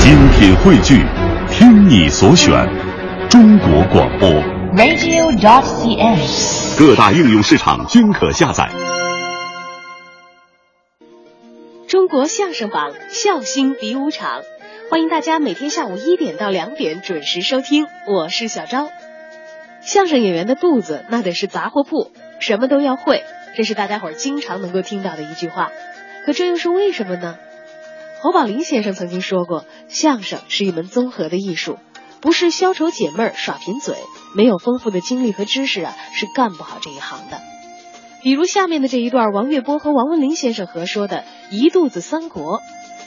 精品汇聚，听你所选，中国广播。 radio.cn。各大应用市场均可下载。中国相声榜笑星比武场，欢迎大家每天下午一点到两点准时收听，我是小昭。相声演员的肚子那得是杂货铺，什么都要会，这是大家伙儿经常能够听到的一句话。可这又是为什么呢？侯宝林先生曾经说过，相声是一门综合的艺术，不是消愁解闷儿、耍贫嘴，没有丰富的经历和知识啊，是干不好这一行的。比如下面的这一段，王月波和王文林先生合说的《一肚子三国》，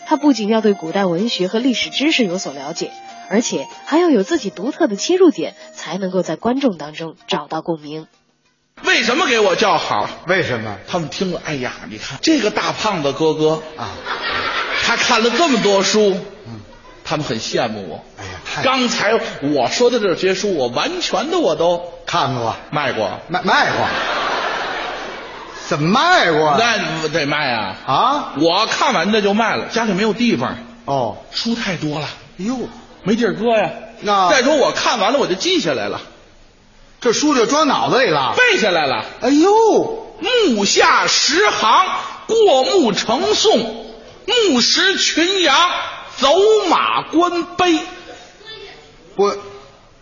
他不仅要对古代文学和历史知识有所了解，而且还要有自己独特的切入点，才能够在观众当中找到共鸣。为什么给我叫好？为什么他们听了，哎呀，你看这个大胖子哥哥啊，他看了这么多书，嗯他们很羡慕我。哎呀太刚才我说的这些书，我完全的我都看过？卖过，卖卖过？怎么卖过啊？那得卖啊！啊？我看完的就卖了，家里没有地方，哦，书太多了，哎呦，没地儿搁呀。那再说我看完了，我就记下来了，这书就装脑子里了。背下来了。哎呦，目下十行，过目成诵，目识群羊，走马观碑。我，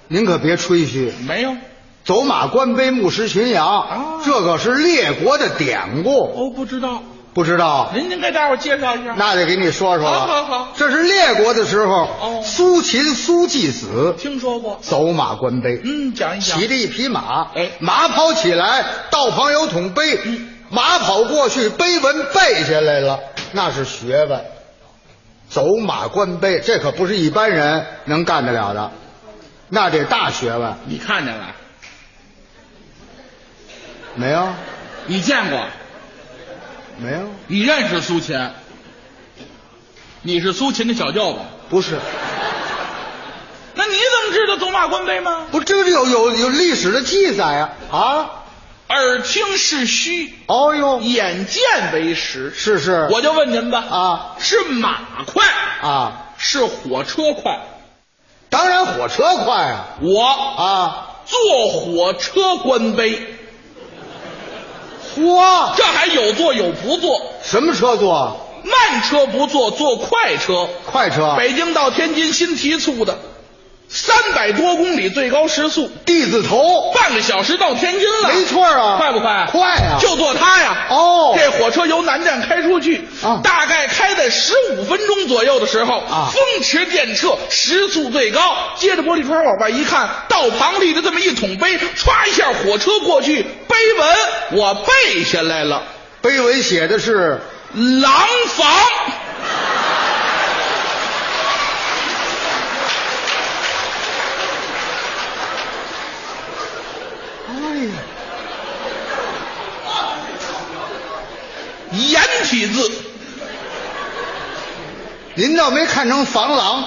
您可别吹嘘，没有？走马观碑，目识群羊，啊这可是列国的典故，哦，不知道。不知道？您您给大伙儿介绍一下。那得给你说说了。好好好这是列国的时候，哦苏秦苏季子听说过？走马观碑，嗯，讲一讲。骑着一匹马，哎嗯马跑起来，道旁有桶碑，马跑过去，碑文背下来了，那是学问。走马观碑，这可不是一般人能干得了的，那得大学问。你看见了？没有，你见过？没有，你认识苏秦？你是苏秦的小舅子？不是，那你怎么知道走马观碑吗？不，这是有有有历史的记载啊啊！耳听是虚，哦呦，眼见为实。是是，我就问您吧，啊是马快啊，是火车快，当然火车快啊我啊！坐火车观碑，嚯，这还有坐有不坐，什么车坐？慢车不坐，坐快车。快车。北京到天津新提速的，三百多公里最高时速，地字头，半个小时到天津了。没错啊快不快？快啊就坐它呀。哦这火车由南站开出去，啊大概开在十五分钟左右的时候，啊风驰电掣，时速最高。接着玻璃窗往外一看，道旁立着这么一桶碑，歘一下火车过去，碑文我背下来了，碑文写的是廊坊。哎颜体字，您倒没看成防狼，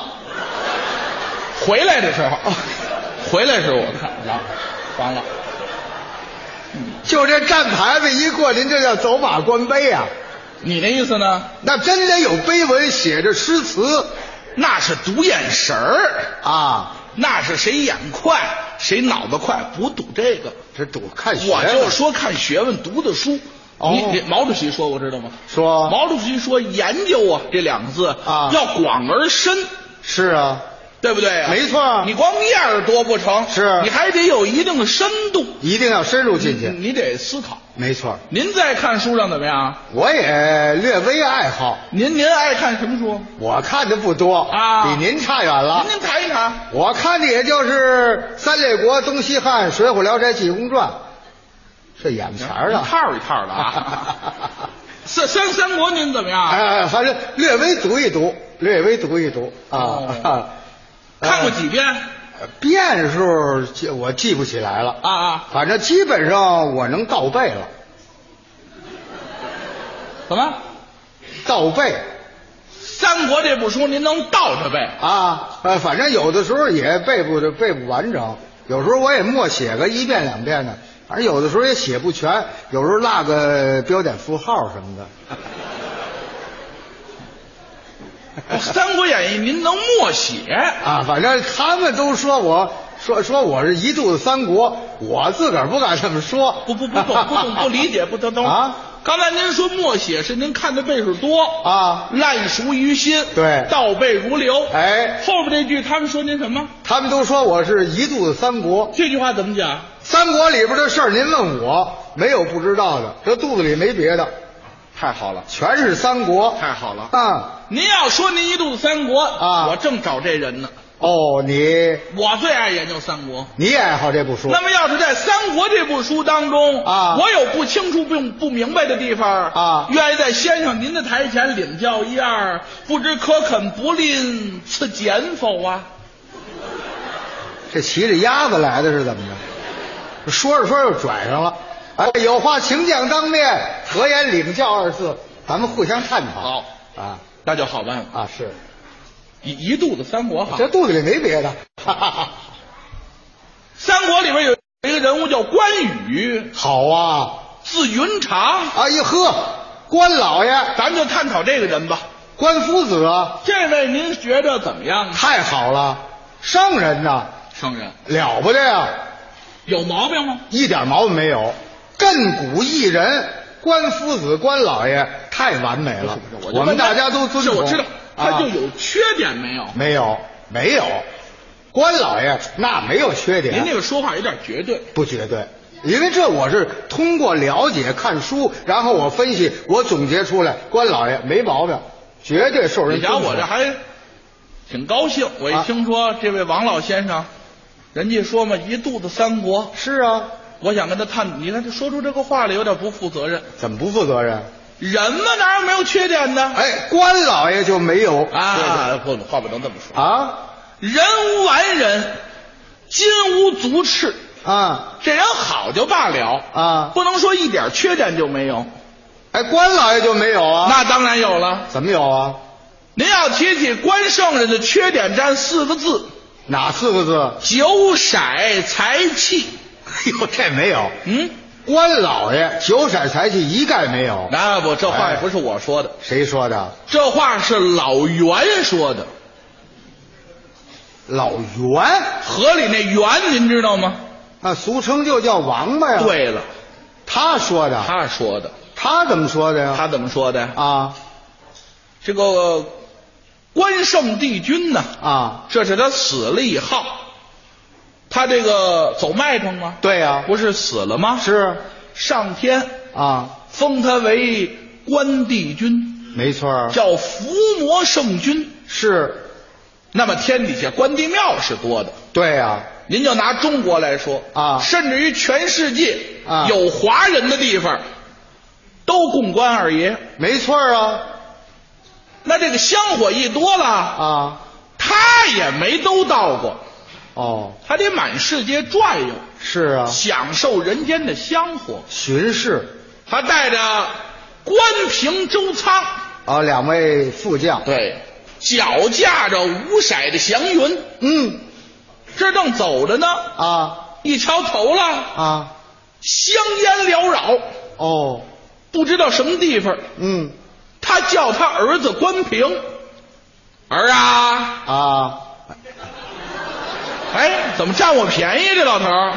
回来的时候，哦回来时候我看狼，完了。就这站牌子一过，您这叫走马观碑啊！你那意思呢？那真得有碑文写着诗词那是赌眼神儿，啊，那是谁眼快，谁脑子快，不赌这个。这主看学我问啊就说看学问，读的书。哦你你毛主席说过知道吗？说毛主席说研究啊这两个字啊要广而深，是啊，对不对啊？没错啊你光面儿多不成，是你还得有一定的深度，一定要深入进你去。你得思考。没错，您在看书上怎么样？我也略微爱好，您您爱看什么书？我看的不多啊比您差远了您。您谈一谈。我看的也就是《三列国》《东西汉》《水浒》《聊斋》《济公传》，这眼前儿的一套一套的啊。 三三三国您怎么样？哎，反正略微读一读，略微读一读啊。 哦看过几遍？呃遍数记我记不起来了啊啊反正基本上我能倒背了，怎么？倒背三国这部书您能倒着背？啊，呃，反正有的时候也背不背不完整，有时候我也默写个一遍两遍的，反正有的时候也写不全，有时候落个标点符号什么的。 《哎三国演义》您能默写啊，反正他们都说我说说我是一肚子三国，我自个儿不敢这么说。不不不懂不懂不理解不等等啊！刚才您说默写是您看的辈数多啊烂熟于心，对倒背如流。哎，后边这句他们说您什么？他们都说我是一肚子三国，这句话怎么讲？三国里边的事儿您问我，没有不知道的，这肚子里没别的，太好了，全是三国。太好了。啊，您要说您一肚子三国啊我正找这人呢。哦，你我最爱研究三国。你爱好这部书那么，要是在《三国》这部书当中啊我有不清楚、不不明白的地方啊愿意在先生您的台前领教一二，不知可肯不吝赐简否啊？这骑着鸭子来的是怎么着？说着说着就拽上了。哎，有话请讲当面，何言领教二字，咱们互相探讨。好啊那就好办法，啊是，一一肚子三国好。这肚子里没别的。 三国里边有一个人物叫关羽，好啊，字云长，哎呀呵，关老爷，咱们就探讨这个人吧。关夫子啊，这位您觉着怎么样？啊太好了，圣人呐，圣人了不得呀、有毛病吗？一点毛病没有，亘古一人。关夫子、关老爷太完美了，就我们问他大家都尊是崇。我知道，啊他就有缺点没有？没有，没有，关老爷那没有缺点，您这个说话有点绝对。不绝对，因为这我是通过了解、看书，然后我分析，我总结出来，关老爷没毛病，绝对受人你尊瞧崇。我这还挺高兴，我一啊听说这位王老先生，人家说嘛一肚子三国，是啊，我想跟他探，你看他说出这个话来有点不负责任。怎么不负责啊任？人嘛哪有没有缺点呢？哎，关老爷就没有啊，不，话不能这么说。啊人无完人，金无足赤，啊这人好就罢了，啊！不能说一点缺点就没有。哎，关老爷就没有啊？那当然有了。怎么有啊？您要提起关圣人的缺点，占四个字：哪四个字？酒色财气。哎呦，这没 有。嗯，关老爷酒色财气一概没有。那不，这话也不是我说的，谁说的？这话是老袁说的。老袁，河里那袁，您知道吗？那俗称就叫王八哎呀。，对了，他说的，他他说的，怎么说的呀？他怎么说的？啊这个关圣帝君呢？啊，这是他死了以后，他这个走麦城吗？对呀、不是死了吗？是上天啊，封他为关帝君，没错儿，叫伏魔圣君。是，那么天底下关帝庙是多的，对呀、您就拿中国来说啊甚至于全世界啊有华人的地方，都供关二爷。没错儿啊那这个香火一多了，啊，他也没都到过，哦，他得满世界转悠，是啊，享受人间的香火。巡视他带着关平、周仓，啊，两位副将，对，脚驾着五色的祥云，嗯这正走着呢，啊一瞧头了，啊，香烟缭绕，哦，不知道什么地方。嗯他叫他儿子关平，儿啊，啊，哎，怎么占我便宜？这老头儿，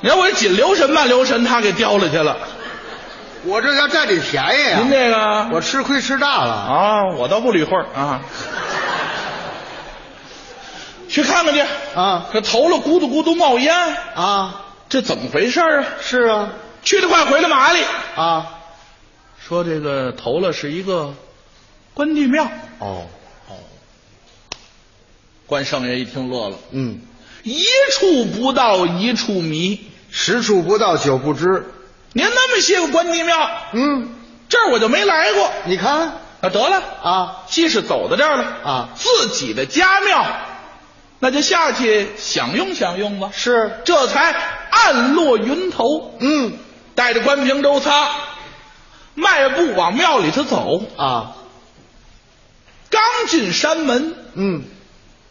你看我这紧留神慢留神，他给叼了去了。我这叫占你便宜呀、您这个我吃亏吃大了啊，啊，我倒不理会儿啊。去看看去啊这头了咕嘟咕嘟冒烟，啊，这怎么回事儿啊？是啊去得快，回来麻利。啊，说这个头了是一个关帝庙，哦，关圣人一听乐了，嗯，一处不到一处迷。十处不到九不知，您那么些个关帝庙，嗯，这儿我就没来过。你看啊，得了，啊，既是走到这儿了啊自己的家庙，那就下去享用享用吧。是，这才暗落云头，嗯带着关平、周仓，迈步往庙里头走。啊，刚进山门，嗯，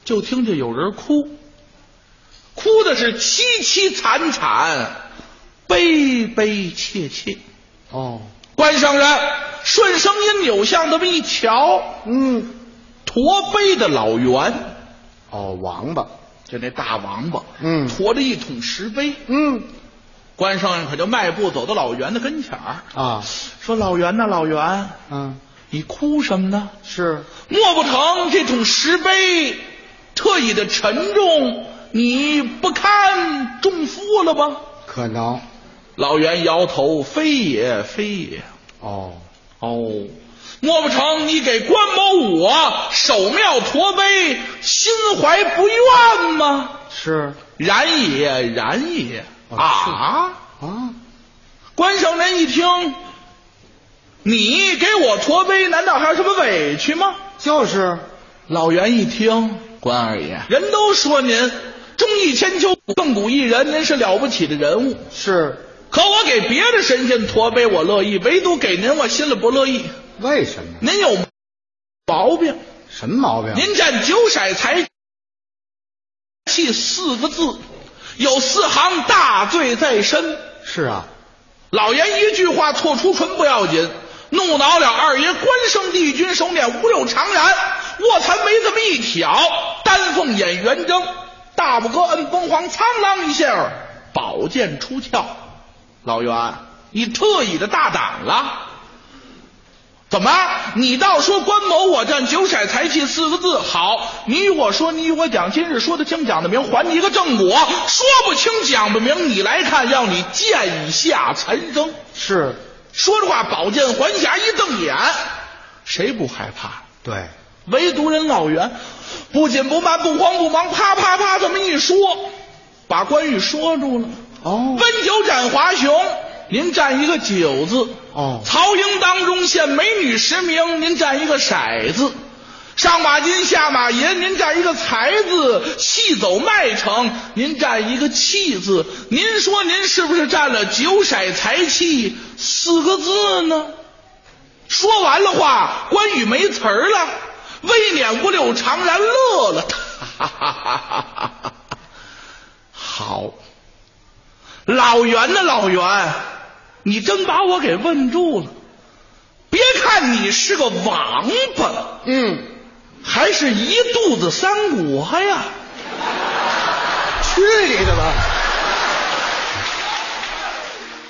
就听见有人哭，哭的是凄凄惨惨，悲悲切切。哦，关圣人，顺声音扭向这么一瞧，嗯，驼背的老袁，哦，王八，就那大王八，嗯驮着一桶石碑，嗯关胜可就迈步走到老袁的跟前儿，啊，说：“老袁呐，老袁，嗯，你哭什么呢？是莫不成这桶石碑特意的沉重，你不堪重负了吧？”可能老袁摇头：“非也，非也。哦，”哦，莫不成你给关某我守庙驼碑，心怀不愿吗？是然也，然也哦啊！啊，关圣人一听，你给我驼背，难道还有什么委屈吗？就是老袁一听，关二爷，人都说您忠义千秋，亘古一人，您是了不起的人物。是，可我给别的神仙驼背，我乐意；唯独给您，我心里不乐意。为什么？您有毛病，什么毛病？您占九色财气四个字，有四行大罪在身。是啊，老爷一句话错出唇不要紧，怒恼了二爷关圣帝君手捻五柳长髯，卧蚕眉这么一挑，丹凤眼圆睁，大拇哥摁风簧，苍啷一下儿，宝剑出鞘。老袁，你特意的大胆了。怎么？你倒说关某我占九色财气四个字好，你与我说，你与我讲，今日说得清讲得明，还你一个正果；说不清讲不明，你来看，让你剑下残生。是，说着话，宝剑还匣，一瞪眼，谁不害怕？对，唯独人老袁，不紧不慢，不慌不忙，啪啪啪这么一说，把关羽说住了。哦温酒斩华雄，您占一个酒字。哦曹营当中现美女十名，您占一个色字。上马金，下马银，您占一个财字；气走麦城，您占一个气字。您说您是不是占了九色财气四个字呢？说完了话，关羽没词儿了，微捻五柳长髯乐了，哈哈哈哈哈！好，老袁呐，老袁，你真把我给问住了。别看你是个王八，嗯，哎还是一肚子三股哈呀！去你的吧！